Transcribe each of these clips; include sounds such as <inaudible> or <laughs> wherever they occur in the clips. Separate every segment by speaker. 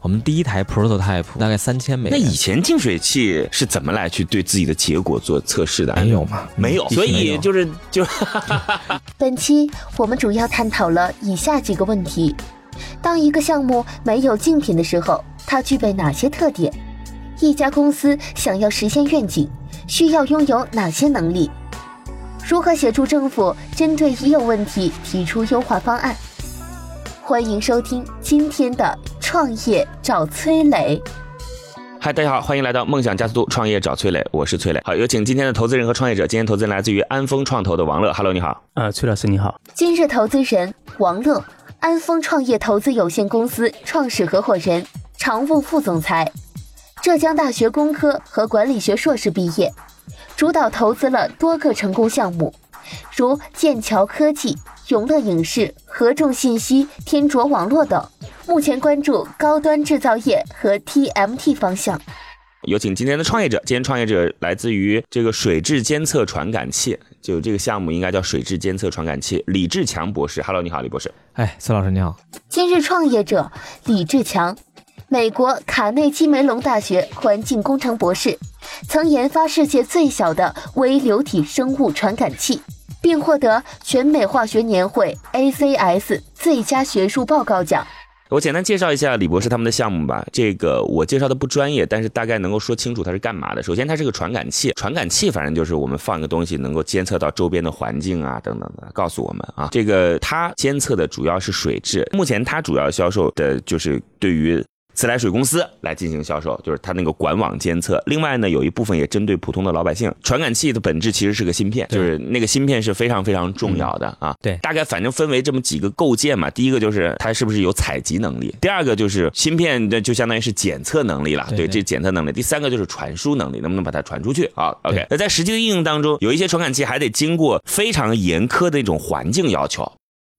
Speaker 1: 我们第一台 prototype 大概三千美
Speaker 2: 那
Speaker 1: 元
Speaker 2: 以，前净水器是怎么来去对自己的结果做测试的？
Speaker 1: 没有嘛
Speaker 2: 没有，
Speaker 1: 嗯
Speaker 2: 所
Speaker 1: 没
Speaker 2: 以
Speaker 1: 有
Speaker 2: 就是就
Speaker 3: 本期我们主要探讨了以下几个问题：当一个项目没有竞品的时候，它具备哪些特点？一家公司想要实现愿景，需要拥有哪些能力？如何协助政府针对已有问题提出优化方案？欢迎收听今天的创业找崔磊。
Speaker 2: 嗨，大家好，欢迎来到梦想加速度创业找崔磊，我是崔磊。好，有请今天的投资人和创业者。今天投资人来自于安丰创投的王乐，Hello，你好。
Speaker 4: 呃，崔老师你好，
Speaker 3: 今日投资人王乐，安丰创业投资有限公司创始合伙人、常务副总裁，浙江大学工科和管理学硕士毕业，主导投资了多个成功项目，如剑桥科技、永乐影视、合众信息、天卓网络等。目前关注高端制造业和 TMT 方向。
Speaker 2: 有请今天的创业者。今天创业者来自于这个水质监测传感器，就这个项目应该叫水质监测传感器。李志强博士，Hello，你好，李博士。
Speaker 1: 哎，崔老师你好，
Speaker 3: 今日创业者李志强，美国卡内基梅隆大学环境工程博士，曾研发世界最小的微流体生物传感器，并获得全美化学年会 ACS 最佳学术报告奖。
Speaker 2: 我简单介绍一下李博士他们的项目吧。这个我介绍的不专业，但是大概能够说清楚它是干嘛的。首先，它是个传感器，传感器反正就是我们放一个东西，能够监测到周边的环境啊等等的，告诉我们啊。这个它监测的主要是水质，目前它主要销售的就是对于自来水公司来进行销售，就是它那个管网监测。另外呢，有一部分也针对普通的老百姓。传感器的本质其实是个芯片，就
Speaker 1: 对嗯
Speaker 2: 是那个芯片是非常非常重要的啊。
Speaker 1: 对
Speaker 2: 大概反正分为这么几个构建嘛。第一个就是它是不是有采集能力，第二个就是芯片的就相当于是检测能力了，
Speaker 1: 对
Speaker 2: 对，
Speaker 1: 对
Speaker 2: 这检测能力。第三个就是传输能力，能不能把它传出去啊？OK
Speaker 1: 对。
Speaker 2: 那在实际的应用当中，有一些传感器还得经过非常严苛的一种环境要求。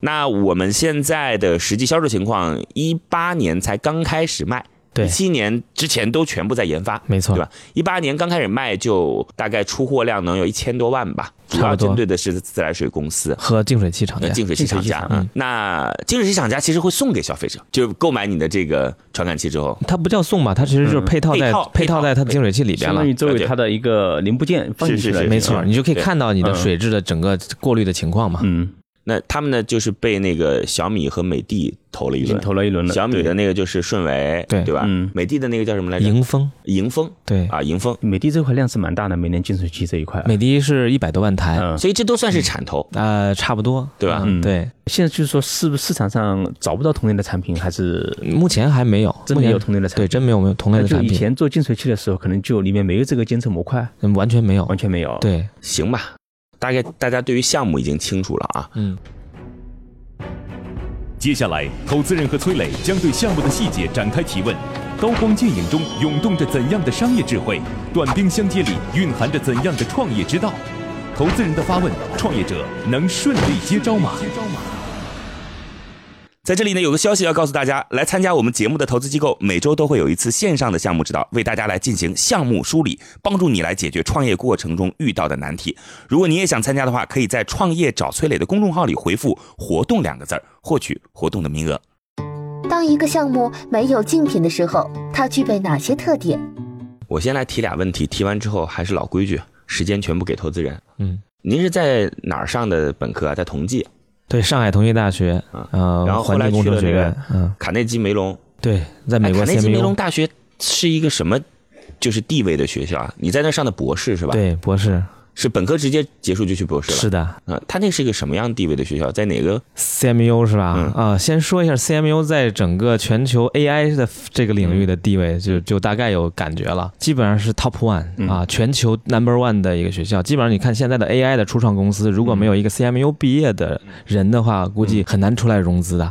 Speaker 2: 那我们现在的实际销售情况，一八年才刚开始卖，
Speaker 1: 对
Speaker 2: 一七年之前都全部在研发，
Speaker 1: 没错
Speaker 2: 对吧？一八年刚开始卖就大概出货量能有一千多万吧，主
Speaker 1: 差
Speaker 2: 要
Speaker 1: 不多
Speaker 2: 针对的是自来水公司。
Speaker 1: 和净水器厂家，
Speaker 2: 呃净水器厂家，
Speaker 1: 嗯，
Speaker 2: 那净水器厂家其实会送给消费者，就是购买你的这个传感器之后，
Speaker 1: 它不叫送吧，它其实就是配套
Speaker 2: 配
Speaker 1: 在
Speaker 2: 套
Speaker 1: 配套在它的净水器里边
Speaker 4: 相
Speaker 1: 了
Speaker 4: 当于。作
Speaker 2: 了
Speaker 4: 为
Speaker 2: 解
Speaker 4: 它的一个零部件放进
Speaker 2: 是
Speaker 4: 去了，
Speaker 2: 是
Speaker 1: 没错，
Speaker 4: 嗯
Speaker 1: 你就可以看到你的
Speaker 4: 嗯
Speaker 1: 水质的整个过滤的情况嘛。
Speaker 4: 嗯，
Speaker 2: 那他们呢就是被那个小米和美的投了一
Speaker 4: 已经
Speaker 2: 轮，
Speaker 4: 投了一轮了，
Speaker 2: 小米
Speaker 4: 对
Speaker 2: 的那个就是顺为，
Speaker 1: 嗯对
Speaker 2: 对吧？
Speaker 4: 嗯
Speaker 2: 美的的那个叫什么来着？
Speaker 1: 迎风，
Speaker 2: 迎风
Speaker 1: 对，
Speaker 2: 啊，迎风，
Speaker 4: 美的这块量是蛮大的，每年净水器这一块啊，
Speaker 1: 美的是一百多万台，
Speaker 4: 嗯，
Speaker 2: 所以这都算是产投。
Speaker 1: 呃，差不多，
Speaker 2: 对吧
Speaker 1: 嗯
Speaker 4: 嗯
Speaker 1: 对，
Speaker 4: 现在就是说是不是市场上找不到同类的产品，还是
Speaker 1: 目前还没有，
Speaker 4: 真
Speaker 1: 目
Speaker 4: 没
Speaker 1: 前
Speaker 4: 有同类的产
Speaker 1: 对，
Speaker 4: 品？
Speaker 1: 真没有没有同类的
Speaker 4: 那就
Speaker 1: 产
Speaker 4: 以
Speaker 1: 品，
Speaker 4: 前做净水器的时候，可能就里面没有这个监测模块，
Speaker 1: 嗯完全没有
Speaker 4: 完，全没有。，
Speaker 1: 对，
Speaker 2: 行吧，大概大家对于项目已经清楚了啊。
Speaker 1: 嗯，
Speaker 5: 接下来，投资人和崔磊将对项目的细节展开提问。刀光剑影中涌动着怎样的商业智慧？短兵相接里蕴含着怎样的创业之道？投资人的发问，创业者能顺利接招吗？
Speaker 2: 在这里呢，有个消息要告诉大家：来参加我们节目的投资机构，每周都会有一次线上的项目指导，为大家来进行项目梳理，帮助你来解决创业过程中遇到的难题。如果你也想参加的话，可以在“创业找崔磊”的公众号里回复“活动”两个字儿，获取活动的名额。
Speaker 3: 当一个项目没有竞品的时候，它具备哪些特点？
Speaker 2: 我先来提俩问题，提完之后还是老规矩，时间全部给投资人。
Speaker 1: 嗯，
Speaker 2: 您是在哪儿上的本科啊？在同济，
Speaker 1: 对，上海同济大学，
Speaker 2: 啊
Speaker 1: 呃，
Speaker 2: 然后后
Speaker 1: 环
Speaker 2: 来
Speaker 1: 境工
Speaker 2: 去了
Speaker 1: 程学
Speaker 2: 那个
Speaker 1: 院，嗯，
Speaker 2: 卡内基梅隆。
Speaker 1: 对，在美
Speaker 2: 哎
Speaker 1: 国
Speaker 2: 卡内基梅
Speaker 1: CMU
Speaker 2: 隆大学是一个什么就是地位的学校啊？你在那上的博士是吧？，
Speaker 1: 对，博士
Speaker 2: 是本科直接结束就去博士了。
Speaker 1: 是的
Speaker 2: 啊，他那是一个什么样地位的学校？在哪个？
Speaker 1: ，CMU 是吧？
Speaker 2: 嗯
Speaker 1: 啊、先说一下 CMU 在整个全球 AI 的这个领域
Speaker 2: 嗯
Speaker 1: 的地位，就就大概有感觉了，基本上是 Top One、
Speaker 4: 嗯
Speaker 1: 啊，全球 Number One 的一个学校。基本上你看现在的 AI 的初创公司，如果
Speaker 2: 嗯
Speaker 1: 没有一个 CMU 毕业的人的话，估计很难出来融资的。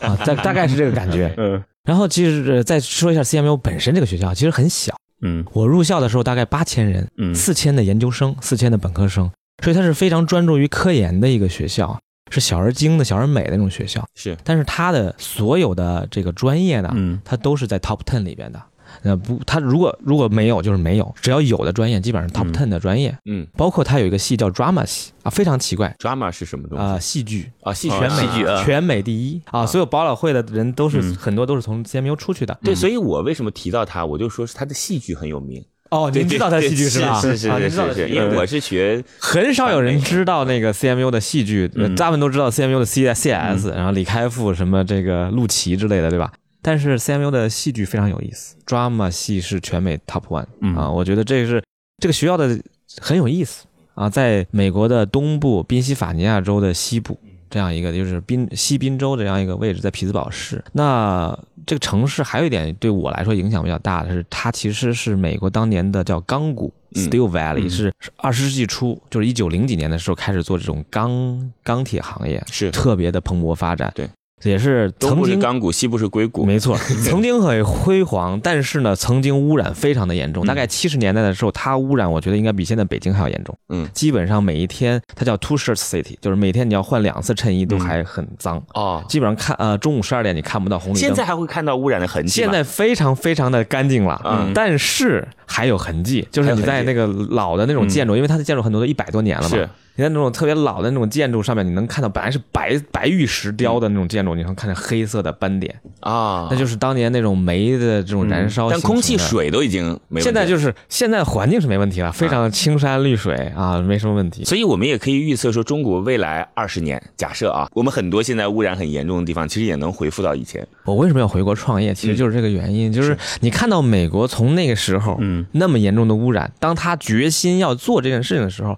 Speaker 1: 啊，大大概是这个感
Speaker 2: <laughs>
Speaker 1: 觉。
Speaker 4: 嗯
Speaker 1: 然后其实呃再说一下 CMU 本身这个学校，其实很小。
Speaker 4: 嗯
Speaker 1: 我入校的时候大概八千人，
Speaker 4: 嗯
Speaker 1: 四千的研究生，四千的本科生，所以它是非常专注于科研的一个学校，是小而精的、小而美的那种学校。
Speaker 2: 是
Speaker 1: 但是它的所有的这个专业呢，
Speaker 4: 嗯，
Speaker 1: 它都是在 top ten 里边的。呃，不，它如果如果没有就是没有，只要有的专业基本上是 top
Speaker 4: 嗯
Speaker 1: ten 的专业，
Speaker 2: 嗯
Speaker 1: 包括它有一个系叫 drama 系啊，非常奇怪
Speaker 2: ，drama 是什么东西
Speaker 1: 啊、戏剧
Speaker 2: 啊？戏
Speaker 4: 全
Speaker 2: 全
Speaker 4: 美
Speaker 2: 美
Speaker 4: 剧啊
Speaker 1: 全美第一啊，所有保老会的人都是、
Speaker 4: 嗯
Speaker 1: 很多都是从 CMU 出去的。
Speaker 2: 对，所以我为什么提到他，我就说是他的戏剧很有名。
Speaker 1: 哦，
Speaker 2: 对
Speaker 1: 您知道他的
Speaker 2: 对
Speaker 1: 戏剧
Speaker 2: 是
Speaker 1: 吧？
Speaker 2: <laughs> 是是
Speaker 1: 啊，您
Speaker 2: 是
Speaker 1: 知道
Speaker 2: 是
Speaker 1: 的戏
Speaker 2: 是，
Speaker 1: 剧
Speaker 2: 因为我是学
Speaker 1: 很少有人知道那个 CMU 的戏剧，呃
Speaker 4: 嗯
Speaker 1: 大部分都知道 CMU 的 C CS，、然后李开复什么这个陆琪之类的，对吧？但是 CMU 的戏剧非常有意思，drama 系是全美 top one、
Speaker 4: 嗯
Speaker 1: 啊，我觉得这是这个学校的很有意思啊，在美国的东部宾夕法尼亚州的西部这样一个就是宾西宾州这样一个位置，在匹兹堡市。那这个城市还有一点对我来说影响比较大的是，它其实是美国当年的叫钢谷
Speaker 2: 嗯
Speaker 1: （Steel Valley），、
Speaker 4: 嗯
Speaker 1: 是二十世纪初，就是一九零几年的时候开始做这种钢钢铁行业，
Speaker 2: 是
Speaker 1: 特别的蓬勃发展。
Speaker 2: 对，
Speaker 1: 也是
Speaker 2: 东
Speaker 1: 曾
Speaker 2: 部是
Speaker 1: 经
Speaker 2: 钢骨，西部是硅谷。
Speaker 1: 没
Speaker 2: <laughs>
Speaker 1: 错，曾经很辉煌，但是呢，曾经污染非常的严
Speaker 2: 嗯
Speaker 1: 重。大概七十年代的时候，它污染我觉得应该比现在北京还要严重。
Speaker 2: 嗯
Speaker 1: 基本上每一天，它叫 two shirts city，就是每天你要换两次衬衣都还很脏。
Speaker 2: 哦，
Speaker 1: 基本上看呃中午十二点你看不到红绿灯。
Speaker 2: 现在还会看到污染的痕迹
Speaker 1: 现
Speaker 2: 吗。
Speaker 1: 在非常非常的干净了，
Speaker 2: 嗯
Speaker 1: 但是还有痕迹，就是你在那个老的那种建筑，因为它的建筑很多都一百多年了嘛，
Speaker 2: 嗯是
Speaker 1: 你在那种特别老的那种建筑上面，你能看到本来是白白玉石雕的那种建筑，你能看见黑色的斑点，
Speaker 2: 啊，
Speaker 1: 那就是当年那种煤的这种燃烧、
Speaker 2: 但空气。水都已经没问题了。啊
Speaker 1: 现在就是现在环境是没问题了，非常青山绿水啊，没什么问题。
Speaker 2: 所以我们也可以预测说，中国未来二十年，假设啊，我们很多现在污染很严重的地方，其实也能恢复到以前。
Speaker 1: 我为什么要回国创业？其实就是这个原因，就是你看到美国从那个时候，
Speaker 4: 嗯，
Speaker 1: 那么严重的污染，当他决心要做这件事情的时候，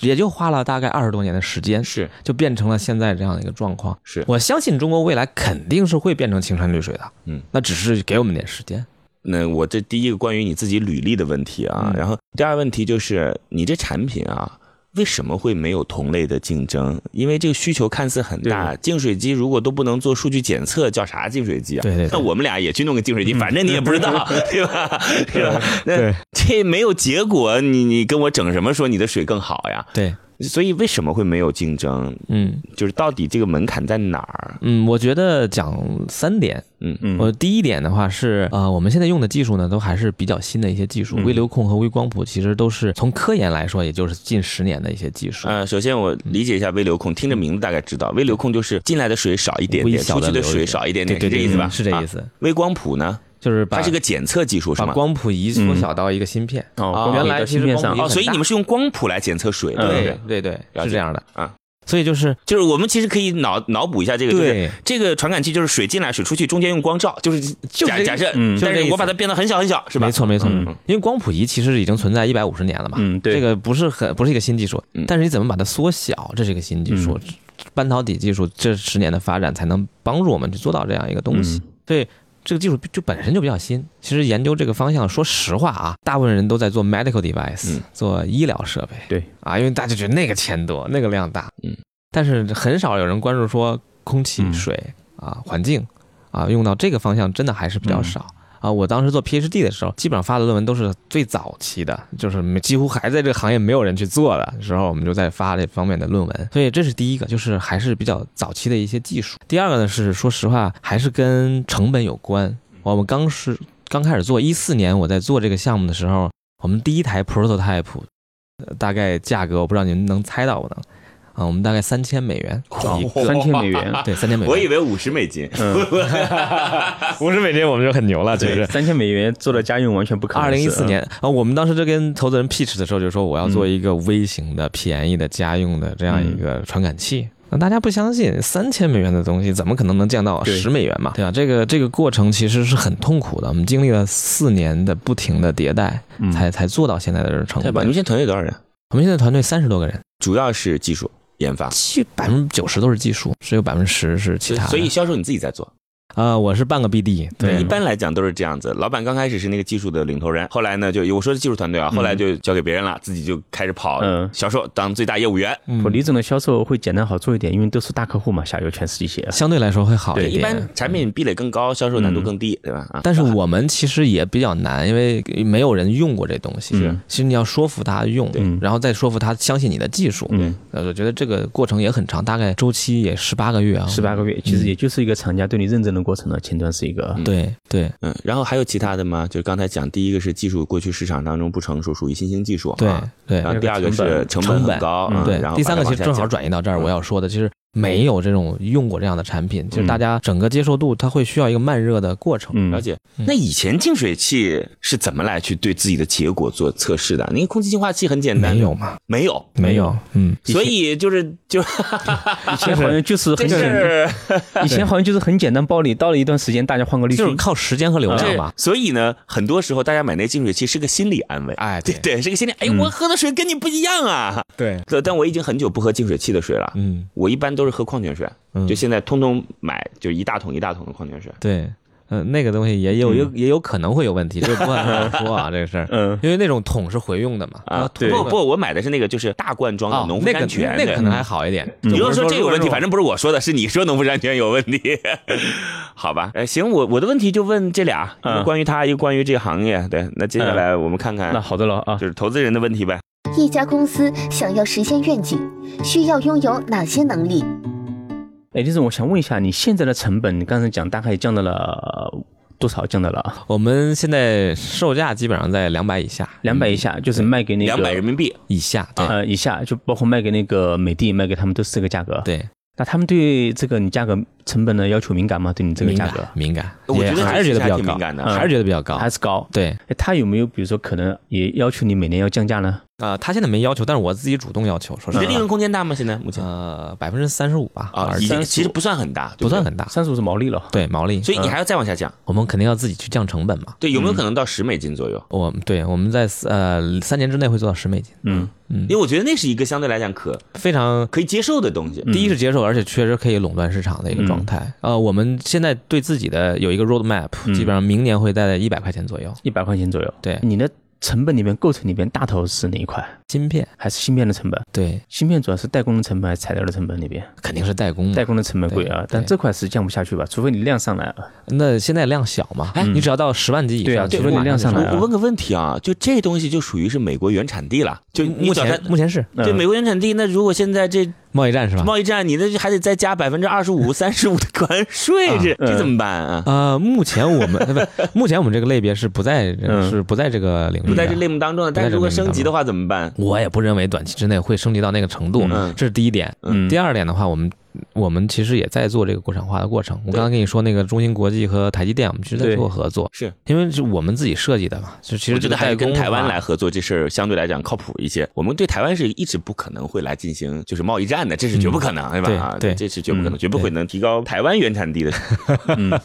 Speaker 1: 也就花了大概二十多年的时间，
Speaker 2: 是
Speaker 1: 就变成了现在这样的一个状况。
Speaker 2: 是
Speaker 1: 我相信中国未来肯定是会变成青山绿水的，
Speaker 2: 嗯，
Speaker 1: 那只是给我们点时间。
Speaker 2: 那我这第一个关于你自己履历的问题啊，
Speaker 1: 嗯
Speaker 2: 然后第二个问题就是你这产品啊。为什么会没有同类的竞争？因为这个需求看似很大，净水机如果都不能做数据检测，叫啥净水机啊？
Speaker 1: 对对对嗯
Speaker 2: 那我们俩也去弄个净水机，反正你也不
Speaker 1: <laughs>
Speaker 2: 知道，对吧？是吧？那
Speaker 1: 对
Speaker 2: 这没有结果，你你跟我整什么说你的水更好呀？
Speaker 1: 对，
Speaker 2: 所以为什么会没有竞争？
Speaker 1: 嗯
Speaker 2: 就是到底这个门槛在哪儿？
Speaker 1: 嗯，我觉得讲三点，
Speaker 2: 嗯
Speaker 4: 嗯
Speaker 1: 我第一点的话是，呃，我们现在用的技术呢，都还是比较新的一些技术，
Speaker 2: 嗯
Speaker 1: 微流控和微光谱其实都是从科研来说，也就是近十年的一些技术。
Speaker 2: 呃，首先我理解一下微流控，听着名字大概知道，微流控就是进来的水少一点
Speaker 1: 嗯微
Speaker 2: 点，
Speaker 1: 小
Speaker 2: 出去的
Speaker 1: 流
Speaker 2: 水
Speaker 1: 量
Speaker 2: 少一点
Speaker 1: 对
Speaker 2: 点，
Speaker 1: 对
Speaker 2: 是这
Speaker 1: 对，
Speaker 2: 意思吧？
Speaker 1: 是这意
Speaker 2: 啊。
Speaker 1: 思，
Speaker 2: 微光谱呢，
Speaker 1: 就是把
Speaker 2: 它是个检测技术是
Speaker 1: 把
Speaker 2: 吗？嗯
Speaker 1: 光谱仪缩小到一个芯片。啊
Speaker 4: 哦，
Speaker 1: 原来其
Speaker 4: 芯
Speaker 1: 实
Speaker 4: 片
Speaker 1: 光
Speaker 4: 上
Speaker 1: 谱仪
Speaker 2: 哦，
Speaker 1: 很
Speaker 2: 所以
Speaker 1: 大嗯
Speaker 2: 你们是用光谱来检测水，对不
Speaker 1: 对
Speaker 2: 对？
Speaker 1: 对对
Speaker 2: 了解
Speaker 1: 是这样的
Speaker 2: 啊。
Speaker 1: 所以就是
Speaker 2: 就是我们其实可以脑脑补一下这个，就是
Speaker 1: 对
Speaker 2: 这个传感器就是水进来水出去，中间用光照，就是
Speaker 1: 就
Speaker 2: 假
Speaker 1: 这个
Speaker 2: 假设，
Speaker 4: 嗯
Speaker 2: 但
Speaker 1: 就这意
Speaker 2: 是
Speaker 1: 思
Speaker 2: 我把它变得很小很小，是吧？
Speaker 1: 没错没错
Speaker 4: 嗯，
Speaker 1: 因为光谱仪其实已经存在一百五十年了嘛，
Speaker 4: 嗯对
Speaker 1: 这个不是很不是一个新技术
Speaker 2: 嗯，
Speaker 1: 但是你怎么把它缩小，这是一个新技术。
Speaker 4: 嗯
Speaker 1: 半导体技术这十年的发展才能帮助我们去做到这样一个东
Speaker 4: 嗯
Speaker 1: 西，所以这个技术就本身就比较新。其实研究这个方向，说实话啊，大部分人都在做 medical device，、
Speaker 2: 嗯
Speaker 1: 做医疗设备，
Speaker 4: 对
Speaker 1: 啊，因为大家觉得那个钱多，那个量大，
Speaker 2: 嗯，
Speaker 1: 但是很少有人关注说空气、
Speaker 4: 嗯
Speaker 1: 水啊、环境啊，用到这个方向真的还是比较
Speaker 4: 嗯
Speaker 1: 少。啊，我当时做 PhD 的时候，基本上发的论文都是最早期的，就是没几乎还在这个行业没有人去做的时候，我们就在发这方面的论文。所以这是第一个，就是还是比较早期的一些技术。第二个呢是，说实话，还是跟成本有关。我们刚是刚开始做，一四年我在做这个项目的时候，我们第一台 prototype，呃大概价格我不知道您能猜到不能啊？我们大概三千美元，一
Speaker 2: 哦
Speaker 4: 三千美元，
Speaker 1: 对，三千美元。嗯
Speaker 2: 我以为五十美金， <laughs>
Speaker 1: 五十美金我们就很牛了，其
Speaker 4: 对，
Speaker 1: 实。
Speaker 4: 三千美元做到家用完全不可能。嗯
Speaker 1: 二零一四，年啊，我们当时就跟投资人 pitch 的时候，就说我要做一个微型的、便宜的家用的这样一个传感器。那大家不相信，三千美元的东西怎么可能能降到
Speaker 4: 对
Speaker 1: 十美元嘛？对吧？这个这个过程其实是很痛苦的，我们经历了四年的不停的迭代，
Speaker 4: 嗯
Speaker 1: 才才做到现在的这种
Speaker 2: 对
Speaker 1: 成
Speaker 2: 吧？
Speaker 1: 本
Speaker 2: 你们。现在团队多少人？
Speaker 1: 我们现在团队三十多个人，
Speaker 2: 主要是技术研发，
Speaker 1: 七百分之九十都是技术，只有百分之十是其他的。
Speaker 2: 所以销售你自己在做。
Speaker 1: 呃，我是半个 BD，对，
Speaker 2: 一般来讲都是这样子，老板刚开始是那个技术的领头人，后来呢，就我说是技术团队啊，后
Speaker 1: 嗯
Speaker 2: 来就交给别人了，自己就开始跑
Speaker 4: 嗯
Speaker 2: 销售，当最大业务员。
Speaker 4: 普利总的销售会简单好做一点，因为都是大客户嘛，下游全是机械。
Speaker 1: 嗯相对来说会好
Speaker 2: 对，
Speaker 1: 一
Speaker 2: 一
Speaker 1: 点。
Speaker 2: 般产品壁垒更高，销售难度更低，对吧？啊，
Speaker 1: 但是我们其实也比较难，因为没有人用过这东西。
Speaker 4: 是
Speaker 1: 其实你要说服他用
Speaker 4: 对，
Speaker 1: 然后再说服他相信你的技术。
Speaker 4: 嗯，
Speaker 1: 呃，我觉得这个过程也很长，大概周期也十八个月啊。
Speaker 4: 十八个月，其实也就是一个厂家对你认证的过程了。前端是一个，
Speaker 1: 对对
Speaker 2: 嗯，然后还有其他的吗？就是刚才讲，第一个是技术过去市场当中不成熟，属于新兴技术啊。
Speaker 1: 对对
Speaker 2: 然后第二个是成本很高，嗯
Speaker 1: 对
Speaker 2: 然。后
Speaker 1: 第三个其实正好
Speaker 2: 移。
Speaker 1: 转移到这儿，
Speaker 2: 嗯
Speaker 1: 我要说的其实没有这种用过这样的产品，就是大家整个接受度，它会需要一个慢热的过程。
Speaker 4: 嗯
Speaker 2: 了解，那以前净水器是怎么来去对自己的结果做测试的？那个空气净化器很简单，
Speaker 1: 没有嘛？
Speaker 2: 没有，
Speaker 1: 没有，嗯，
Speaker 2: 所以就是就
Speaker 4: 以前好像就是
Speaker 2: 这
Speaker 4: 很简单，
Speaker 2: 是
Speaker 4: <laughs> 以前好像就是很简单暴力，到了一段时间，大家换个滤
Speaker 2: <laughs>
Speaker 1: 就是
Speaker 4: 芯，
Speaker 1: 靠时间和流量
Speaker 2: 这
Speaker 1: 吧。
Speaker 2: 所以呢，很多时候大家买那个净水器是个心理安慰，
Speaker 1: 哎，
Speaker 2: 对对，是个心理。哎，我喝的水跟你不一样啊。
Speaker 1: 对，
Speaker 2: 对，但我已经很久不喝净水器的水了，
Speaker 1: 嗯
Speaker 2: 我一般都是喝矿泉水，
Speaker 1: 嗯
Speaker 2: 就，现在通通买，就一大桶一大桶的矿泉水。
Speaker 1: 对，嗯，那个东西也有
Speaker 2: 嗯
Speaker 1: 有也有可能会有问题，这个不太好说
Speaker 2: <laughs>
Speaker 1: 啊，这个事儿。
Speaker 4: 嗯，
Speaker 1: 因为那种桶是回用的嘛，
Speaker 2: 啊，
Speaker 1: 桶
Speaker 2: 不不，我买的是那个，就是大罐装的
Speaker 1: 哦
Speaker 2: 农，夫
Speaker 1: 那个
Speaker 2: 山泉，
Speaker 1: 那个
Speaker 2: 对
Speaker 1: 可能还好一点。
Speaker 2: 你
Speaker 1: 就
Speaker 2: 要
Speaker 1: 我
Speaker 2: 说这个有问题，
Speaker 1: 如果
Speaker 2: 反正不是我说的，是你说农夫山泉有问题，好
Speaker 1: <laughs>
Speaker 2: 吧？哎，行，我我的问题就问这俩，一个
Speaker 4: 嗯
Speaker 2: 关于他，一个关于这个行业。对，那接下
Speaker 4: 嗯
Speaker 2: 来我们看看
Speaker 4: 那好的了啊
Speaker 2: 就。是投资人的问题呗。
Speaker 3: 一家公司想要实现愿景，需要拥有哪些能力？
Speaker 4: 哎，李总，我想问一下，你现在的成本，你刚才讲大概降到了呃多少？降到了
Speaker 1: 我们现在售价基本上在两百以下，
Speaker 4: 两百以下，就是卖给那
Speaker 2: 嗯
Speaker 4: 个
Speaker 2: 两百人民币，
Speaker 1: 以下，
Speaker 2: 啊
Speaker 1: 对
Speaker 4: 呃以下，就包括卖给那个美的，卖给他们都是这个价格。，
Speaker 1: 对，
Speaker 4: 那他们对这个你价格成本的要求敏感吗？对你这个
Speaker 1: 敏
Speaker 4: 价
Speaker 1: 感
Speaker 4: 格
Speaker 1: 敏感，
Speaker 2: 我
Speaker 1: 也
Speaker 2: 觉得
Speaker 1: 还是觉得比较
Speaker 2: 挺敏
Speaker 1: 高，
Speaker 2: 感的。
Speaker 4: 嗯
Speaker 1: 还是觉得比较高
Speaker 4: 还。是高？
Speaker 1: 对，
Speaker 4: 哎他有没有比如说可能也要求你每年要降价呢？
Speaker 1: 啊，他现在没要求，但是我自己主动要求，说
Speaker 2: 你
Speaker 1: 是
Speaker 2: 的利润空间大吗？现在目前
Speaker 1: 呃百分之三十五吧，
Speaker 2: 啊，
Speaker 1: 25%
Speaker 2: 已经其实不算很大，嗯
Speaker 1: 不
Speaker 2: 对不对
Speaker 1: 算，很大，
Speaker 4: 三十五是毛利了，
Speaker 1: 对毛利，
Speaker 2: 所以你还要再往下降。
Speaker 1: 我们肯定要自己去降成本嘛。
Speaker 2: 对，有没有可能到十美金左右？
Speaker 1: 我对我们在呃三年之内会做到十美金，
Speaker 4: 嗯，
Speaker 2: 因为我觉得那是一个相对来讲可
Speaker 1: 非常。
Speaker 2: 可以接受的东
Speaker 4: 嗯
Speaker 2: 西。
Speaker 1: 第一是接受，而且确实可以垄断市场的一个状态。呃，我们现在对自己的有一个 road map，、基本
Speaker 4: 嗯
Speaker 1: 上明年会在一百块钱左右。
Speaker 4: 一百块钱左右。
Speaker 1: 对
Speaker 4: 你的成本里面构成里面大头是哪一块？
Speaker 1: 芯片，
Speaker 4: 还是芯片的成本？
Speaker 1: 对，
Speaker 4: 芯片主要是代工的成本还是材料的成本那边？
Speaker 1: 肯定是代工嘛。
Speaker 4: 代工的成本贵啊
Speaker 1: 嗯对，
Speaker 4: 但
Speaker 1: 对
Speaker 4: 这块是降不下去吧？除非你量上来啊了。
Speaker 1: 那现在量小嘛，哎你只要到十万级以
Speaker 4: 嗯对
Speaker 1: 上，
Speaker 4: 啊
Speaker 1: 其实
Speaker 4: 对
Speaker 1: 马
Speaker 4: 量上
Speaker 1: 就
Speaker 4: 来
Speaker 1: 是
Speaker 4: 了
Speaker 2: 我我问个问题啊，就这东西就属于是美国原产地了，就你
Speaker 1: 目
Speaker 2: 早
Speaker 1: 前
Speaker 2: 在
Speaker 1: 目前是
Speaker 2: 对
Speaker 4: 嗯
Speaker 2: 美国原产地，那如果现在这
Speaker 1: 贸易战是吧？
Speaker 2: 贸易战，你那还得再加百分之二十 <laughs> 五、三十五的关税，这这怎么办啊？
Speaker 1: 呃，目前我们 <laughs> 不，目前我们这个类别是不在
Speaker 4: 嗯
Speaker 1: 是不在这个领域，
Speaker 2: 嗯不在这。类目当中的，但是如果升级的话怎么办？
Speaker 1: 我也不认为短期之内会升级到那个程度，
Speaker 2: 嗯
Speaker 1: 这是第一点。
Speaker 2: 嗯
Speaker 1: 第二点的话，我们我们其实也在做这个国产化的过程。我刚刚跟你说那个中芯国际和台积电，我们其实在
Speaker 4: 对
Speaker 1: 做合作，
Speaker 2: 是
Speaker 1: 因为是我们自己设计的嘛。就其
Speaker 2: 我
Speaker 1: 实这
Speaker 2: 觉
Speaker 1: 个
Speaker 2: 得还是
Speaker 1: 代工
Speaker 2: 跟台湾
Speaker 1: 化
Speaker 2: 来合作这事儿相对来讲靠谱一些。我们对台湾是一直不可能会来进行就是贸易战的，这是绝
Speaker 4: 嗯
Speaker 2: 不可能，对吧？啊
Speaker 1: 对
Speaker 2: 这是绝不可能，绝不可能提高台湾原产
Speaker 4: <laughs>
Speaker 2: 地的。嗯，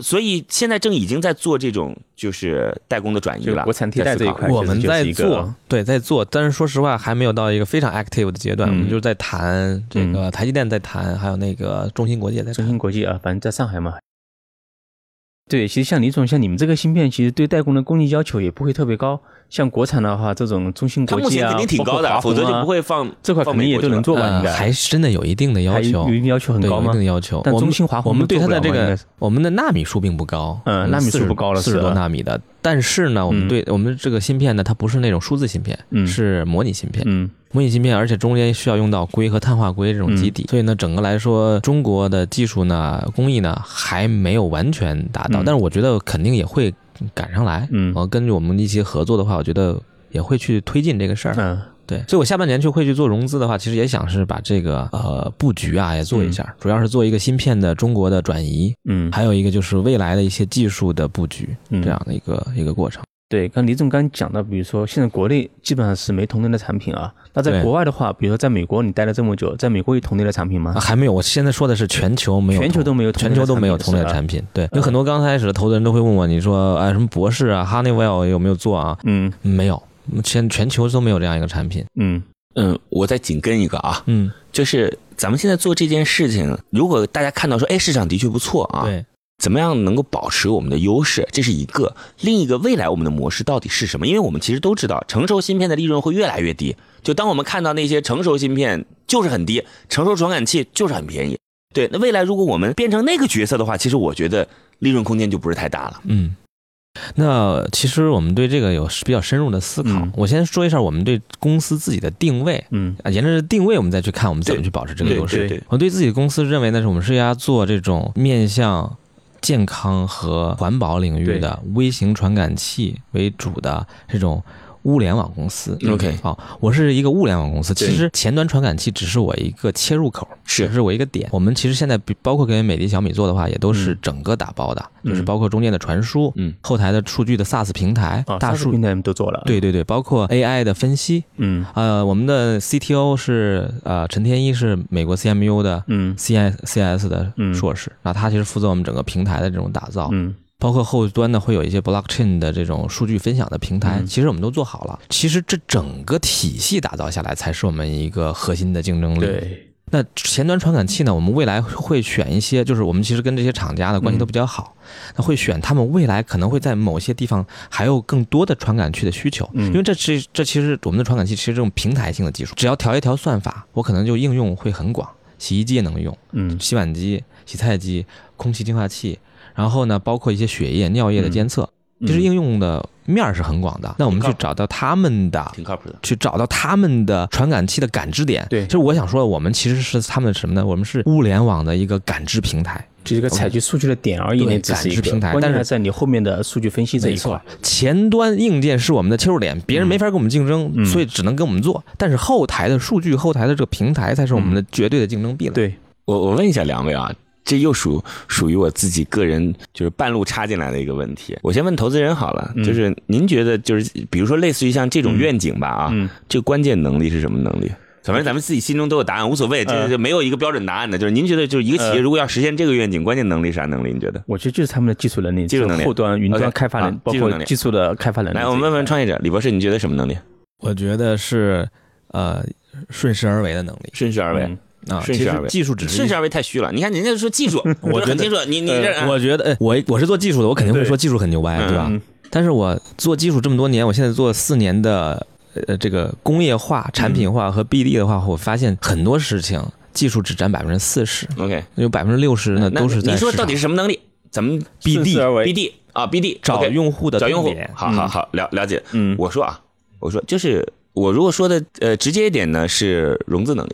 Speaker 2: 所以现在正已经在做这种就是代工的转移
Speaker 4: 就
Speaker 2: 了，
Speaker 4: 国产替代这一块
Speaker 1: 我们在
Speaker 4: 其实就是一
Speaker 1: 做
Speaker 4: 个，
Speaker 1: 对，在做，但是说实话还没有到一个非常 active 的阶
Speaker 4: 嗯
Speaker 1: 段，我们就是在谈这个台积电在谈，还有那个中芯国际也在
Speaker 4: 中
Speaker 1: 谈。
Speaker 4: 芯国际啊，反正在上海嘛。对，其实像李总，像你们这个芯片，其实对代工的工艺要求也不会特别高。像国产的话，这种中芯
Speaker 2: 它
Speaker 4: 国
Speaker 2: 目
Speaker 4: 际
Speaker 2: 前
Speaker 4: 啊，
Speaker 2: 肯定挺高
Speaker 4: 包括
Speaker 2: 的，
Speaker 4: 华虹
Speaker 2: 否
Speaker 4: 啊
Speaker 2: 则就不会放
Speaker 4: 这块
Speaker 2: 放
Speaker 4: 肯
Speaker 2: 美
Speaker 4: 定
Speaker 2: 国
Speaker 4: 也都能做吧？应
Speaker 1: 呃，
Speaker 4: 该
Speaker 1: 还是真的有一定的要
Speaker 4: 还
Speaker 1: 求
Speaker 4: 有，一定要求很
Speaker 1: 对，
Speaker 4: 高
Speaker 1: 有一
Speaker 4: 吗
Speaker 1: 定？的要求。
Speaker 4: 但
Speaker 1: 我们
Speaker 4: 中芯华虹
Speaker 1: 我们对它的这
Speaker 4: 做不了吗
Speaker 1: 个
Speaker 4: 应该，
Speaker 1: 我们的纳米数并不高，
Speaker 4: 嗯纳米数不高了
Speaker 1: 四十
Speaker 4: 是
Speaker 1: 多
Speaker 4: 的
Speaker 1: 纳米的。但是呢，我们对我们这个芯片呢，它不是那种数字芯片，
Speaker 4: 嗯
Speaker 1: 是模拟芯片。
Speaker 4: 嗯，
Speaker 1: 模拟芯片，而且中间需要用到硅和碳化硅这种基底，
Speaker 4: 嗯
Speaker 1: 所以呢，整个来说，中国的技术呢、工艺呢还没有完全达到，
Speaker 4: 嗯
Speaker 1: 但是我觉得肯定也会赶上来。
Speaker 4: 嗯
Speaker 1: 呃，根据我们一起合作的话，我觉得也会去推进这个事儿。
Speaker 4: 嗯，
Speaker 1: 对，所以我下半年就会去做融资的话，其实也想是把这个呃布局啊也做一下，主要是做一个芯片的中国的转移，
Speaker 4: 嗯，
Speaker 1: 还有啊一个就是未来的一些技术的布局，
Speaker 4: 嗯
Speaker 1: 这样的一个一个过程。
Speaker 4: 对，刚李总刚讲到，比如说现在国内基本上是没同类的产品啊。那在
Speaker 1: 对
Speaker 4: 国外的话，比如说在美国你待了这么久，在美国有同类的产品吗
Speaker 1: 啊？还没有，我现在说的是全球没有同，
Speaker 4: 全球都没有同类
Speaker 1: 全
Speaker 4: 的
Speaker 1: 球都没有
Speaker 4: 产
Speaker 1: 同
Speaker 4: 品嗯
Speaker 1: 类
Speaker 4: 是吧
Speaker 1: 产品。对，有很多刚开始的投资人都会问我，你说啊、哎、什么博士啊，Honeywell 有没有做啊？
Speaker 4: 嗯
Speaker 1: 没有，全全球都没有这样一个产品。
Speaker 4: 嗯
Speaker 2: 嗯，我再紧跟一个啊，
Speaker 1: 嗯，
Speaker 2: 就是咱们现在做这件事情，如果大家看到说，哎，市场的确不错啊，
Speaker 1: 对，
Speaker 2: 怎么样能够保持我们的优势，这是一个；另一个，未来我们的模式到底是什么？因为我们其实都知道，成熟芯片的利润会越来越低。就当我们看到那些成熟芯片就是很低，成熟传感器就是很便宜。对，那未来如果我们变成那个角色的话，其实我觉得利润空间就不是太大了。
Speaker 1: 嗯，那其实我们对这个有比较深入的思考。
Speaker 2: 嗯
Speaker 1: 我先说一下我们对公司自己的定位。
Speaker 4: 嗯
Speaker 1: 啊，沿着定位，我们再去看我们怎么
Speaker 2: 对
Speaker 1: 去保持这个优势。
Speaker 2: 对对对
Speaker 1: 我对自己的公司认为呢，是我们是要做这种面向健康和环保领域的微型传感器为主的这种物联网公司。
Speaker 2: OK
Speaker 1: 好、我是一个物联网公司，
Speaker 2: 对
Speaker 1: 其实前端传感器只是我一个切入口，
Speaker 2: 是
Speaker 1: 只是我一个点。我们其实现在比包括跟美的、小米做的话，也都是整个打包的，就是包括中间的传输，
Speaker 2: 嗯
Speaker 1: 后台的数据的 SaaS 平台，大
Speaker 4: 啊，大
Speaker 1: 数
Speaker 4: 数。平台都做了，，
Speaker 1: 对对对，包括 AI 的分析，
Speaker 4: 嗯
Speaker 1: 呃，我们的 CTO 是呃陈天一，是美国 CMU 的
Speaker 4: 嗯
Speaker 1: CS CS 的
Speaker 4: 嗯
Speaker 1: 硕士，然后他其实负责我们整个平台的这种打造，
Speaker 4: 嗯
Speaker 1: 包括后端呢会有一些 blockchain 的这种数据分享的平
Speaker 4: 嗯
Speaker 1: 台，其实我们都做好了。其实这整个体系打造下来才是我们一个核心的竞争力。
Speaker 4: 对，
Speaker 1: 那前端传感器呢？我们未来会选一些，就是我们其实跟这些厂家的关系
Speaker 4: 嗯
Speaker 1: 都比较好，那会选他们未来可能会在某些地方还有更多的传感器的需求，
Speaker 4: 嗯
Speaker 1: 因为这其实这其实我们的传感器其实这种平台性的技术，只要调一调算法，我可能就应用会很广，洗衣机也能用，
Speaker 4: 嗯
Speaker 1: 洗碗机、洗菜机、空气净化器，然后呢，包括一些血液、尿
Speaker 2: 嗯
Speaker 1: 液的监测，
Speaker 4: 嗯
Speaker 1: 其实应用的面儿是很广的。那我们去找到他们的
Speaker 2: 挺靠谱的。
Speaker 1: 去找到他们的传感器的感知点。
Speaker 4: 对
Speaker 1: 就是我想说，我们其实是他们什么呢？我们是物联网的一个感知平台。
Speaker 4: 只是一个采集数据的点而已，
Speaker 1: 对
Speaker 4: 那只是一
Speaker 1: 感知
Speaker 4: 个
Speaker 1: 平台
Speaker 4: 关键
Speaker 1: 但是
Speaker 4: 还在你后面的数据分析这一块。，
Speaker 1: 前端硬件是我们的切入点，别人没法跟我们竞争，
Speaker 4: 嗯
Speaker 1: 所以只能跟我们做。但是后台的数据、后台的这个平台才是我们
Speaker 2: 嗯
Speaker 1: 的绝对的竞争壁垒。
Speaker 4: 对，
Speaker 2: 我我问一下两位啊，这又属属于我自己个人就是半路插进来的一个问题。我先问投资人好了，
Speaker 4: 嗯
Speaker 2: 就是您觉得就是比如说类似于像这种愿景吧啊，
Speaker 4: 嗯
Speaker 2: 这个关键能力是什么能力？反正咱们自己心中都有答案，无所谓，这
Speaker 1: 嗯
Speaker 4: 呃
Speaker 2: 这没有一个标准答案的。就是您觉得，就是一个企业
Speaker 4: 呃
Speaker 2: 如果要实现这个愿景，关键能力是啥能力？你觉得？
Speaker 4: 我觉得就是他们的技术能力，
Speaker 2: 技术能力
Speaker 4: 就是后端、云端
Speaker 2: OK，
Speaker 4: 开发能力
Speaker 2: 啊，
Speaker 4: 包
Speaker 2: 技术能力
Speaker 4: 括技术的开发能力。
Speaker 2: 来，我们问问创业者李博士，你觉得什么能力？
Speaker 1: 我觉得是，呃，顺势而为的能力
Speaker 2: 顺势而为，
Speaker 4: 嗯
Speaker 1: 啊。
Speaker 2: 顺
Speaker 1: 其实
Speaker 2: 势而为
Speaker 1: 技术只是
Speaker 2: 顺
Speaker 1: 一
Speaker 2: 势而为太虚了。你看人家说
Speaker 1: <laughs>
Speaker 2: 技术，我很清楚，你你这啊
Speaker 1: 我觉得，哎我我是做技术的，我肯定会说技术很牛掰，
Speaker 2: 对
Speaker 1: 对吧？
Speaker 4: 嗯
Speaker 1: 但是我做技术这么多年，我现在做四年的呃这个工业化、产
Speaker 2: 嗯
Speaker 1: 品化和 BD 的话，我发现很多事情技术只占百分之四十，
Speaker 2: OK，
Speaker 1: 有百分之六十呢
Speaker 2: 那
Speaker 1: 都是在
Speaker 2: 你说
Speaker 1: 市
Speaker 2: 到
Speaker 1: 场
Speaker 2: 底是什么能力？咱们
Speaker 4: 顺势而为
Speaker 2: BD 啊 BD
Speaker 1: 找
Speaker 2: OK
Speaker 1: 用户的
Speaker 2: 找用户
Speaker 1: 痛点，
Speaker 2: 好好好，了了解。
Speaker 4: 嗯，
Speaker 2: 我说啊，我说就是我如果说的呃直接一点呢，是融资能
Speaker 4: <laughs>
Speaker 2: 力。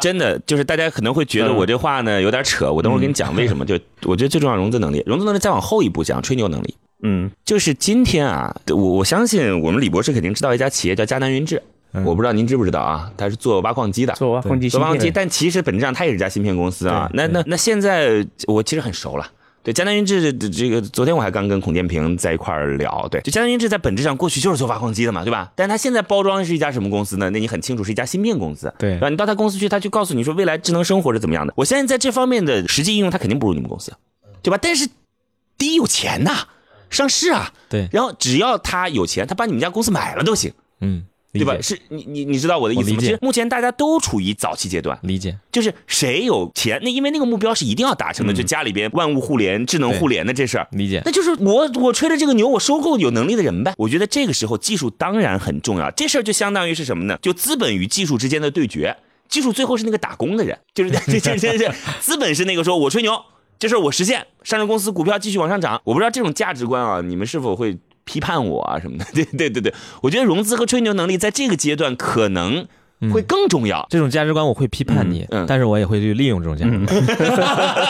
Speaker 2: 真的就是大家可能会觉
Speaker 4: 嗯
Speaker 2: 得我这话呢有点扯，我等会儿给你讲为什么。就我觉得最重要融资能力，融资能力再往后一步讲吹牛能力。
Speaker 4: 嗯
Speaker 2: 就是今天啊，我我相信我们李博士肯定知道一家企业叫迦南云智，我不知道您知不知道啊？它是做挖矿机的，
Speaker 4: 嗯做挖矿机芯
Speaker 2: 做
Speaker 4: 片
Speaker 2: 挖
Speaker 4: 的，
Speaker 2: 矿机，但其实本质上它也是一家芯片公司啊。
Speaker 4: 对
Speaker 2: 那那那现在我其实很熟了。对江南云志这这个，昨天我还刚跟孔建平在一块儿聊，对，就江南云志在本质上过去就是做挖矿机的嘛，对吧？但他现在包装是一家什么公司呢？那你很清楚是一家芯片公司，
Speaker 1: 对
Speaker 2: 然后你到他公司去，他就告诉你说未来智能生活是怎么样的。我相信在这方面的实际应用，他肯定不如你们公司，对吧？但是第一有钱呐、上市啊，
Speaker 1: 对
Speaker 2: 然后只要他有钱，他把你们家公司买了都行，
Speaker 1: 嗯，
Speaker 2: 对吧
Speaker 1: 理？解
Speaker 2: 是你你你知道我的意思
Speaker 1: 我
Speaker 2: 吗？
Speaker 1: 理
Speaker 2: 其
Speaker 1: 解
Speaker 2: 实目前大家都处于早期阶段，
Speaker 1: 理解，
Speaker 2: 就是谁有钱，那因为那个目标是一定要达成的，就家里边万物互联、智能互联的这事儿。
Speaker 1: 理解
Speaker 2: 那就是我，我吹的这个牛，我收购有能力的人呗。我觉得这个时候技术当然很重要，这事儿就相当于是什么呢？就资本与技术之间的对决，技术最后是那个打工的人，就是 <laughs> 这这这这，资本是那个说我吹牛，这事儿我实现，上市公司股票继续往上涨。我不知道这种价值观啊，你们是否会批判我啊什么的？ <laughs> 对对对对，我觉得融资和吹牛能力在这个阶段可能会更重要。
Speaker 1: 这种价值观我会批判你，
Speaker 2: 嗯嗯嗯
Speaker 1: 但是我也会去利用这种价值观， <laughs>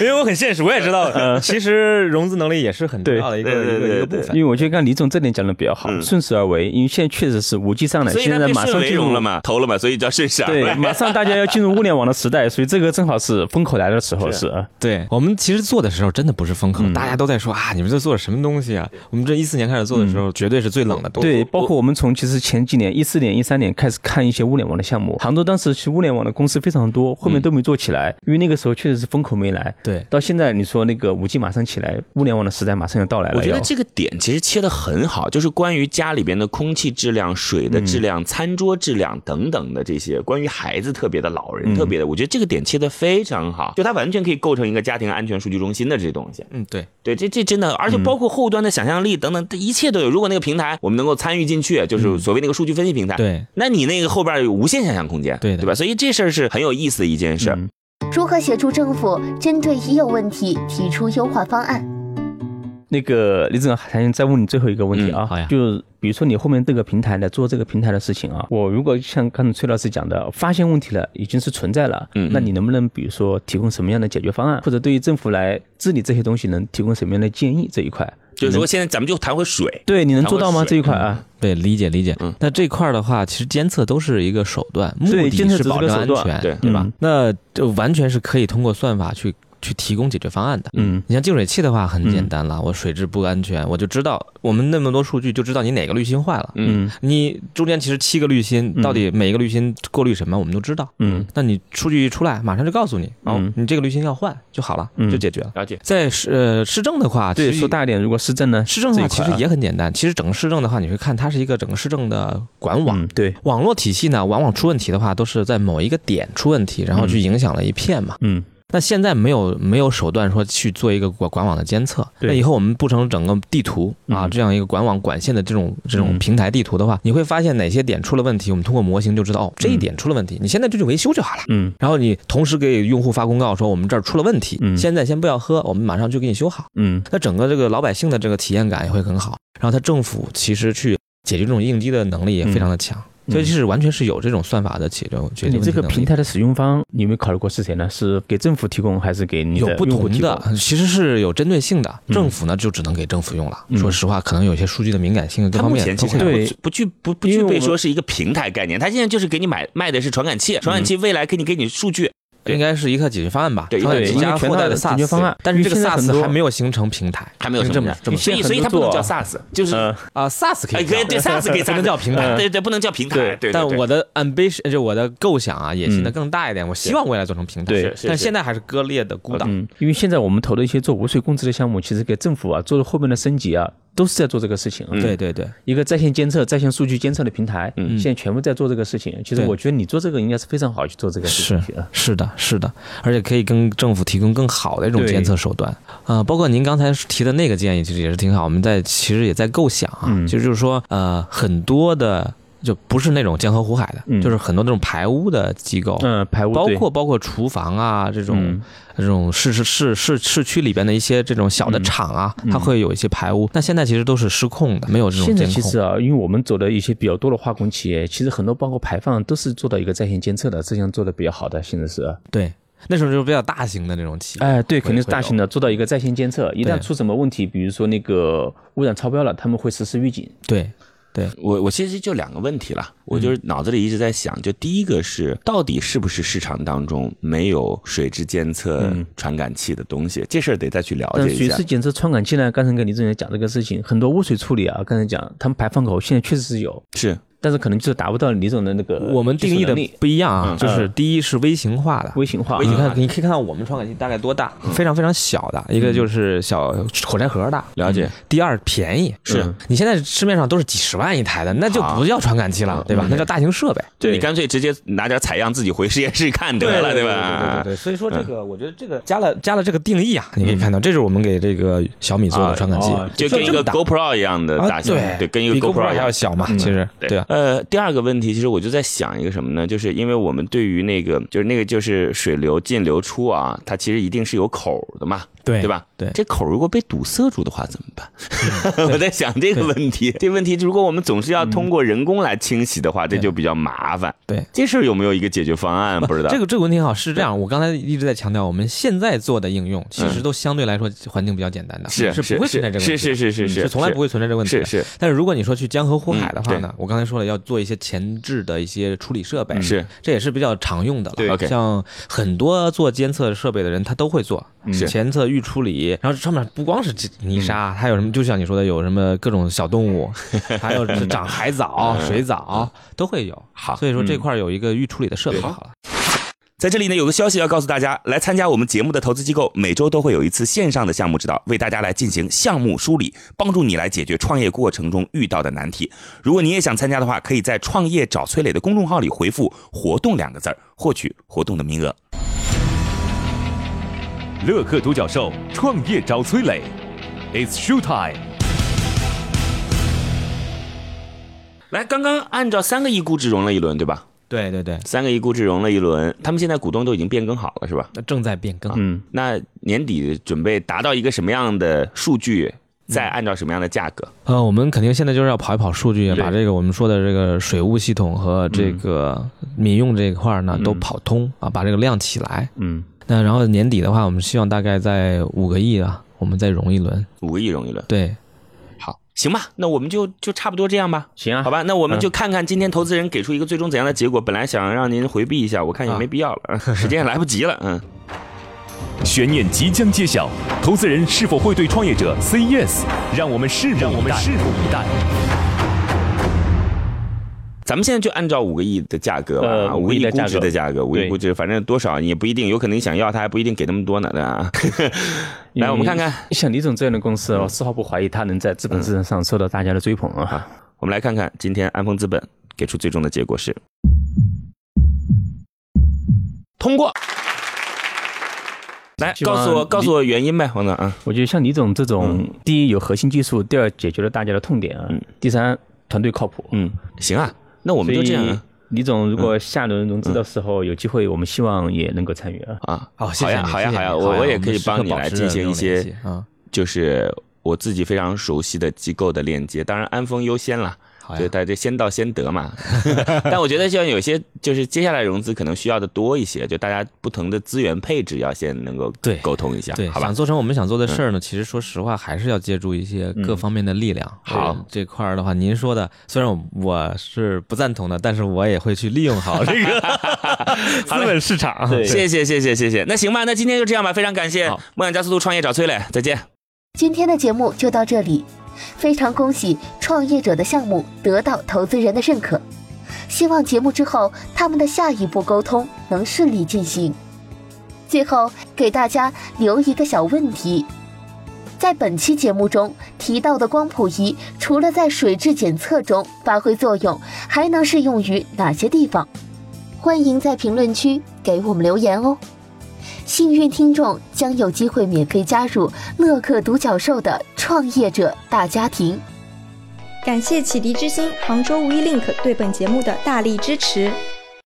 Speaker 1: 因为我很现实，我也知道，其实融资能力也是很重要的一个
Speaker 2: 嗯对对
Speaker 1: 一
Speaker 2: 对
Speaker 1: 个一
Speaker 2: 对
Speaker 1: 个部
Speaker 2: 对
Speaker 1: 分
Speaker 4: 因。为我觉得刚刚李总这点讲的比较好，顺势而为，因为现在确实是五 G 上来，
Speaker 2: 嗯所以
Speaker 4: 现
Speaker 2: 他
Speaker 4: 在
Speaker 2: 被
Speaker 4: 马
Speaker 2: 顺
Speaker 4: 上
Speaker 2: 为
Speaker 4: 进入
Speaker 2: 荣了。嘛，投了嘛，哎所以叫顺势而 <laughs>
Speaker 4: 对，
Speaker 2: 为。
Speaker 4: 马上大家要进入物联网的时代，所以这个正好是风口来的时候，是啊，
Speaker 1: 对我们其实做的时候真的不是风口，大家都在说啊，你们这做的什么嗯东西啊？我们这一四年开始做的时候，绝对是最冷的东西。
Speaker 4: 对，包括我们从其实前几年一四年、一三年开始看一些物联网的项目。杭州当时其实物联网的公司非常多，后面都没做起来，因为那个时候确实是风口没来。
Speaker 1: 对，
Speaker 4: 到现在你说那个五 G 马上起来，物联网的时代马上要到来了。
Speaker 2: 我觉得
Speaker 4: 要
Speaker 2: 这个点其实切的很好，就是关于家里边的空气质量、水的质量、餐桌质量等等的这些，关于孩子特别的、老人特别的，我觉得这个点切的非常好，就它完全可以构成一个家庭安全数据中心的这些东西。
Speaker 1: 嗯，对，
Speaker 2: 对，这这真的，而且包括后端的想象力等等，这一切都有。如果那个平台我们能够参与进去，就是所谓那个数据分析平台，
Speaker 1: 对，
Speaker 2: 那你那个后边有无限想象空间，
Speaker 1: 对的
Speaker 2: 对吧？所以这事儿是很有意思的一件事儿。
Speaker 4: 嗯
Speaker 3: 如何协助政府针对已有问题提出优化方案？
Speaker 4: 那个李总，还想再问你最后一个问题啊，
Speaker 1: 嗯好呀
Speaker 4: 就比如说你后面这个平台的做这个平台的事情啊，我如果像刚才崔老师讲的，发现问题了，已经是存在了，
Speaker 2: 嗯
Speaker 4: 那你能不能比如说提供什么样的解决方案，或者对于政府来治理这些东西能提供什么样的建议这一块？
Speaker 2: 就是说，现在咱们就谈回水，
Speaker 4: 对，你能做到吗？
Speaker 2: 谈过
Speaker 4: 这一块啊，
Speaker 1: 对，理解理解
Speaker 2: 嗯。
Speaker 1: 那这块儿的话，其实监测都是一个手段，目
Speaker 4: 对
Speaker 1: 的
Speaker 4: 监测只是
Speaker 1: 保
Speaker 4: 个
Speaker 1: 证
Speaker 4: 手
Speaker 1: 安
Speaker 4: 段
Speaker 1: 全，
Speaker 2: 对
Speaker 1: 对吧
Speaker 4: 嗯？
Speaker 1: 那就完全是可以通过算法去去提供解决方案的。
Speaker 4: 嗯
Speaker 1: 你像净水器的话，很简
Speaker 4: 嗯
Speaker 1: 单了，我水质不安全，我就知道我们那么多数据，就知道你哪个滤芯坏了。
Speaker 4: 嗯
Speaker 1: 你中间其实七个滤芯，
Speaker 4: 嗯
Speaker 1: 到底每一个滤芯过滤什么，我们都知道。
Speaker 4: 嗯
Speaker 1: 那你数据一出来，马上就告诉你，哦
Speaker 4: 嗯，
Speaker 1: 你这个滤芯要换就好了，
Speaker 4: 嗯
Speaker 1: 就解决了。
Speaker 2: 了解。
Speaker 1: 在市呃市政的话，
Speaker 4: 对，
Speaker 1: 其实
Speaker 4: 说大一点，如果市政呢，
Speaker 1: 市政的话
Speaker 4: 这
Speaker 1: 其
Speaker 4: 一块
Speaker 1: 实
Speaker 4: 啊
Speaker 1: 也很简单。其实整个市政的话，你会看它是一个整个市政的管网。
Speaker 4: 嗯对，
Speaker 1: 网络体系呢，往往出问题的话，都是在某一个点出问题，然后去影响了一片嘛。
Speaker 4: 嗯
Speaker 1: 那现在没有没有手段说去做一个管管网的监测，
Speaker 4: 对
Speaker 1: 那以后我们布成整个地图啊，
Speaker 4: 嗯
Speaker 1: 这样一个管网管线的这种这种
Speaker 4: 嗯
Speaker 1: 平台地图的话，你会发现哪些点出了问题，我们通过模型就知道哦，这一点出了问题，你现在就去维修就好了。
Speaker 4: 嗯
Speaker 1: 然后你同时给用户发公告说我们这儿出了问题，
Speaker 4: 嗯
Speaker 1: 现在先不要喝，我们马上就给你修好。
Speaker 4: 嗯
Speaker 1: 那整个这个老百姓的这个体验感也会很好。然后他政府其实去解决这种应激的能力也非常的强，
Speaker 4: 嗯
Speaker 1: 所以是完全是有这种算法的解决解决
Speaker 4: 你
Speaker 1: 问题
Speaker 4: 这个
Speaker 1: 能力
Speaker 4: 平台的使用方，你有没有考虑过是谁呢？是给政府提供还是给你
Speaker 1: 有
Speaker 4: 的
Speaker 1: 不
Speaker 4: 用户
Speaker 1: 同
Speaker 4: 提供
Speaker 1: 的？，其实是有针对性的。
Speaker 4: 嗯
Speaker 1: 政府呢就只能给政府用了。
Speaker 4: 嗯
Speaker 1: 说实话，可能有些数据的敏感性各
Speaker 2: 它
Speaker 1: 方
Speaker 2: 目
Speaker 1: 面
Speaker 2: 前
Speaker 1: 都
Speaker 2: 其实
Speaker 1: 会
Speaker 4: 对
Speaker 1: 有。
Speaker 2: 不具不具不不
Speaker 4: 因为
Speaker 2: 具
Speaker 4: 我
Speaker 2: 备
Speaker 4: 们
Speaker 2: 说是一个平台概念，它现在就是给你买卖的是传感器，传感器未来给你给你数据，
Speaker 1: 应该是一个解决方案吧，
Speaker 2: 对
Speaker 1: 传感
Speaker 2: 对
Speaker 1: 器加
Speaker 4: 因为全
Speaker 1: 后代的
Speaker 4: 套的解决
Speaker 1: SaaS
Speaker 4: 方案
Speaker 1: 但是这个
Speaker 4: 因为现在很
Speaker 1: SaaS
Speaker 4: 多
Speaker 1: 还没有形成平台，
Speaker 2: 还没有
Speaker 1: 这么
Speaker 2: 嗯这么，所以
Speaker 4: 现在
Speaker 2: 所以它
Speaker 4: 很多
Speaker 2: 不能
Speaker 4: 做
Speaker 2: 叫
Speaker 4: 啊
Speaker 2: SaaS，就是
Speaker 4: 嗯
Speaker 1: 啊，SaaS 可
Speaker 2: 哎，
Speaker 1: 以
Speaker 2: 可以
Speaker 1: 叫，
Speaker 2: 对 SaaS
Speaker 1: <laughs>
Speaker 2: <laughs> 可以 SaaS，
Speaker 1: 不能叫平台。
Speaker 2: 对对，不能叫平台，
Speaker 4: 对
Speaker 2: 对对。
Speaker 1: 但
Speaker 2: 对
Speaker 1: 我的 ambition 就我的构想啊，野心的
Speaker 4: 嗯
Speaker 1: 更大一点，我希望未来做成平台。
Speaker 4: 对
Speaker 2: 是是
Speaker 1: 但
Speaker 2: 是
Speaker 1: 现在还是割裂的孤岛。
Speaker 4: 嗯，因为现在我们投的一些做无水共治的项目，其实给政府啊做的后面的升级啊，都是在做这个事情啊。
Speaker 1: 对对对，
Speaker 4: 一个在线监测、在线数据监测的平台，嗯，现在全部在做这个事情。啊其实
Speaker 1: 对
Speaker 4: 我觉得你做这个应该是非常好去做这个事
Speaker 1: 是
Speaker 4: 情去啊。
Speaker 1: 是的，是的，而且可以跟政府提供更好的一种
Speaker 4: 对
Speaker 1: 监测手段啊、包括您刚才提的那个建议，其实也是挺好。我们在其实也在构想啊，
Speaker 4: 嗯
Speaker 1: 其实就是说呃，很多的就不是那种江河湖海的，
Speaker 4: 嗯
Speaker 1: 就是很多那种排污的机构。
Speaker 4: 嗯，排污
Speaker 1: 包
Speaker 4: 对
Speaker 1: 括包括厨房啊，这种、
Speaker 4: 嗯
Speaker 1: 这种市市市市市区里边的一些这种小的厂啊，它会有一些排污。那现在其实都是失控的，没有这种
Speaker 4: 现
Speaker 1: 监
Speaker 4: 在
Speaker 1: 控。
Speaker 4: 其实啊，因为我们走的一些比较多的化工企业，其实很多包括排放都是做到一个在线监测的，这项做的比较好的现在是。啊
Speaker 1: 对，那时候就是比较大型的那种企业。
Speaker 4: 哎，对，肯定是
Speaker 1: 会
Speaker 4: 大
Speaker 1: 有
Speaker 4: 型的，做到一个在线监测，一旦
Speaker 1: 对
Speaker 4: 出什么问题，比如说那个污染超标了，他们会实时预警。
Speaker 1: 对，
Speaker 2: 我我其实就两个问题了，我就是脑子里一直在想，就第一个是到底是不是市场当中没有水质监测传感器的东西，这事儿得再去了
Speaker 4: 但
Speaker 2: 解一
Speaker 4: 水
Speaker 2: 下
Speaker 4: 质。检测传感器呢，刚才跟李主任讲这个事情，很多污水处理啊，刚才讲他们排放口现在确实是有，
Speaker 2: 是，
Speaker 4: 但是可能就是达不到李总的那个
Speaker 1: 我们定义的
Speaker 4: 技术能力
Speaker 1: 不一样啊
Speaker 4: 嗯，
Speaker 1: 就是第一是微型化的。
Speaker 4: 微型化。
Speaker 1: 你
Speaker 4: 嗯
Speaker 1: 看，你可以看到我们传感器大概多大，嗯非常非常小的，一个就是小火柴盒大。
Speaker 2: 了解。
Speaker 1: 第二便宜，
Speaker 2: 是
Speaker 1: 嗯你现在市面上都是几十万一台的，那就
Speaker 2: 好
Speaker 1: 不叫传感器了，嗯对吧？那叫大型设备。
Speaker 2: 就你干脆直接拿点采样自己回实验室看得了，
Speaker 1: 对对
Speaker 2: 吧？
Speaker 1: 对，所以说这
Speaker 2: 嗯
Speaker 1: 个，我觉得这个加了加了这个定义啊，你可以看到，这是我们给这个小米做
Speaker 2: 啊
Speaker 1: 的传感器
Speaker 4: 哦，
Speaker 2: 就跟一
Speaker 1: 这么
Speaker 2: 个
Speaker 1: 大
Speaker 2: GoPro 一样的大
Speaker 1: 啊，
Speaker 2: 小，
Speaker 1: 对
Speaker 2: 对，跟一个
Speaker 1: 比
Speaker 2: GoPro 嗯
Speaker 1: 还
Speaker 2: 一样
Speaker 1: 要。小嘛，其实对啊，
Speaker 2: 呃，第二个问题，其实我就在想一个什么呢？就是因为我们对于那个，就是那个就是水流进流出啊，它其实一定是有口儿的嘛，
Speaker 1: 对
Speaker 2: 对吧？
Speaker 1: 对嗯
Speaker 2: 这口儿如果被堵塞住的话怎么办？ <laughs> 我在想这个问题。这问题如果我们总是要通过人工来清洗的话，这就比较麻烦。
Speaker 1: 对，呃
Speaker 2: 这事儿有没有一个解决方案？不知道。
Speaker 1: 这个这个问题好是这样，我刚才一直在强调，我们现在做的应用其实都相对来说环境比较简单的，
Speaker 2: 嗯是
Speaker 1: 不会存在这个问题
Speaker 2: 是
Speaker 1: 的，
Speaker 2: 是是是
Speaker 1: 嗯是从来不会存在这个问题
Speaker 2: 是
Speaker 1: 的。
Speaker 2: 是
Speaker 1: 但是如果你说去江河湖海的话
Speaker 2: 嗯
Speaker 1: 呢，我刚才说了要做一些前置的一些处理设备，
Speaker 2: 是
Speaker 1: 这也是比较常用的了。
Speaker 2: 对，OK
Speaker 1: 像很多做监测设备的人他都会做
Speaker 2: 嗯
Speaker 1: 嗯
Speaker 2: 是嗯
Speaker 1: 前测预处理，然后上面不光是这泥沙，还有什么，就像你说的，有什么各种小动
Speaker 2: <laughs>
Speaker 1: 物，还有这长海藻、水藻都会有。
Speaker 2: 嗯好
Speaker 1: 所以说这
Speaker 2: 嗯
Speaker 1: 块儿有一个预处理的设备就好了。
Speaker 2: 在这里呢，有个消息要啊告诉大家，来参加我们节目的投资机构，每周都会有一次线上的项目指导，为大家来进行项目梳理，帮助你来解决创业过程中遇到的难题。如果你也想参加的话，可以在“创业找崔磊”的公众号里回复“活动”两个字儿，获取活动的名额。
Speaker 5: 乐客独角兽创业找崔磊，It's show time。
Speaker 2: 来，刚刚按照三个亿估值融了一轮，对吧？
Speaker 1: 对对对，
Speaker 2: 三个亿估值融了一轮，他们现在股东都已经变更好了，是吧？啊
Speaker 1: 那正在变更。
Speaker 4: 嗯，
Speaker 2: 那年底准备达到一个什么样的数据，再按照什么样的价格？
Speaker 1: 呃，我们肯定现在就是要跑一跑数据，啊
Speaker 2: 对
Speaker 1: 把这个我们说的这个水务系统和这个民用这一块儿呢、
Speaker 2: 嗯
Speaker 1: 都跑通啊，把这个量起来。
Speaker 2: 嗯，
Speaker 1: 那然后年底的话，我们希望大概在五个亿啊，我们再融一轮。
Speaker 2: 五个亿融一轮，
Speaker 1: 对，
Speaker 2: 好，行吧，那我们就就差不多这样吧。
Speaker 4: 行啊，
Speaker 2: 好
Speaker 4: 吧，
Speaker 2: 吧，那我们就看看今天投资人给出一个最终怎样的结果。本来想让您回避一下，我
Speaker 4: 啊
Speaker 2: 看也没必要
Speaker 4: <laughs>
Speaker 2: 了，时间也来不及了。嗯，
Speaker 5: 悬念即将揭晓，投资人是否会对创业者 say yes？让我们拭目以待。
Speaker 2: 咱们现在就按照五个亿的价格吧，
Speaker 4: 呃
Speaker 2: 五
Speaker 4: 五
Speaker 2: 个
Speaker 4: 个亿
Speaker 2: 亿
Speaker 4: 的
Speaker 2: 估值
Speaker 4: 价格
Speaker 2: 的价格，五个亿
Speaker 4: 对
Speaker 2: 估值，反正多少你也不一定，有可能你想要他还不一定给那么多呢，对 <laughs> 吧？来，我们看看，
Speaker 4: 像李总这样的公司，我哦丝毫不怀疑他能在资本市场上受到大家的追捧啊。
Speaker 2: 我们来看看今天安丰资本给出最终的结果是通过。来，
Speaker 4: 希望
Speaker 2: 告诉我，
Speaker 4: 你
Speaker 2: 告诉我原因呗，黄总啊。
Speaker 4: 我觉得像李总这种
Speaker 2: 嗯，
Speaker 4: 第一有核心技术，第二解决了大家的痛点啊
Speaker 2: 嗯，
Speaker 4: 第三团队靠谱。
Speaker 2: 嗯，行啊，那我
Speaker 4: 所
Speaker 2: 们就
Speaker 4: 以
Speaker 2: 这样啊
Speaker 4: 李总如果下轮融资的时候有机会，我们希望也能够参与啊。
Speaker 2: 啊。
Speaker 1: 好
Speaker 2: 好呀，好呀，好呀，我我也可以帮你来进行一些
Speaker 1: 啊，
Speaker 2: 就是我自己非常熟悉的机构的链接，当然安丰优先啦，
Speaker 1: 好
Speaker 2: 就
Speaker 1: 呀，
Speaker 2: 大家先到先得嘛。 <laughs> 但我觉得像有些就是接下来融资可能需要的多一些，就大家不同的资源配置要先能够
Speaker 1: 对
Speaker 2: 沟通一下，
Speaker 1: 对，
Speaker 2: 好吧嗯
Speaker 1: 想？做成我们想做的事儿呢，其实说实话，还是要借助一些各方面的力量。
Speaker 2: 好
Speaker 1: 这这块儿的话，您说的虽然我我是不赞同的，但是我也会去利用
Speaker 2: <laughs>
Speaker 1: 好这个资本市场。
Speaker 4: 对
Speaker 2: 啊谢谢谢谢谢谢，那行吧，那今天就这样吧，非常感谢
Speaker 1: 好
Speaker 2: 梦想加速度创业找崔磊，再见。
Speaker 3: 今天的节目就到这里，非常恭喜创业者的项目得到投资人的认可，希望节目之后他们的下一步沟通能顺利进行。最后给大家留一个小问题，在本期节目中提到的光谱仪，除了在水质检测中发挥作用，还能适用于哪些地方？欢迎在评论区给我们留言哦。幸运听众将有机会免费加入乐客独角兽的创业者大家庭。
Speaker 6: 感谢启迪之星、杭州无一 link 对本节目的大力支持。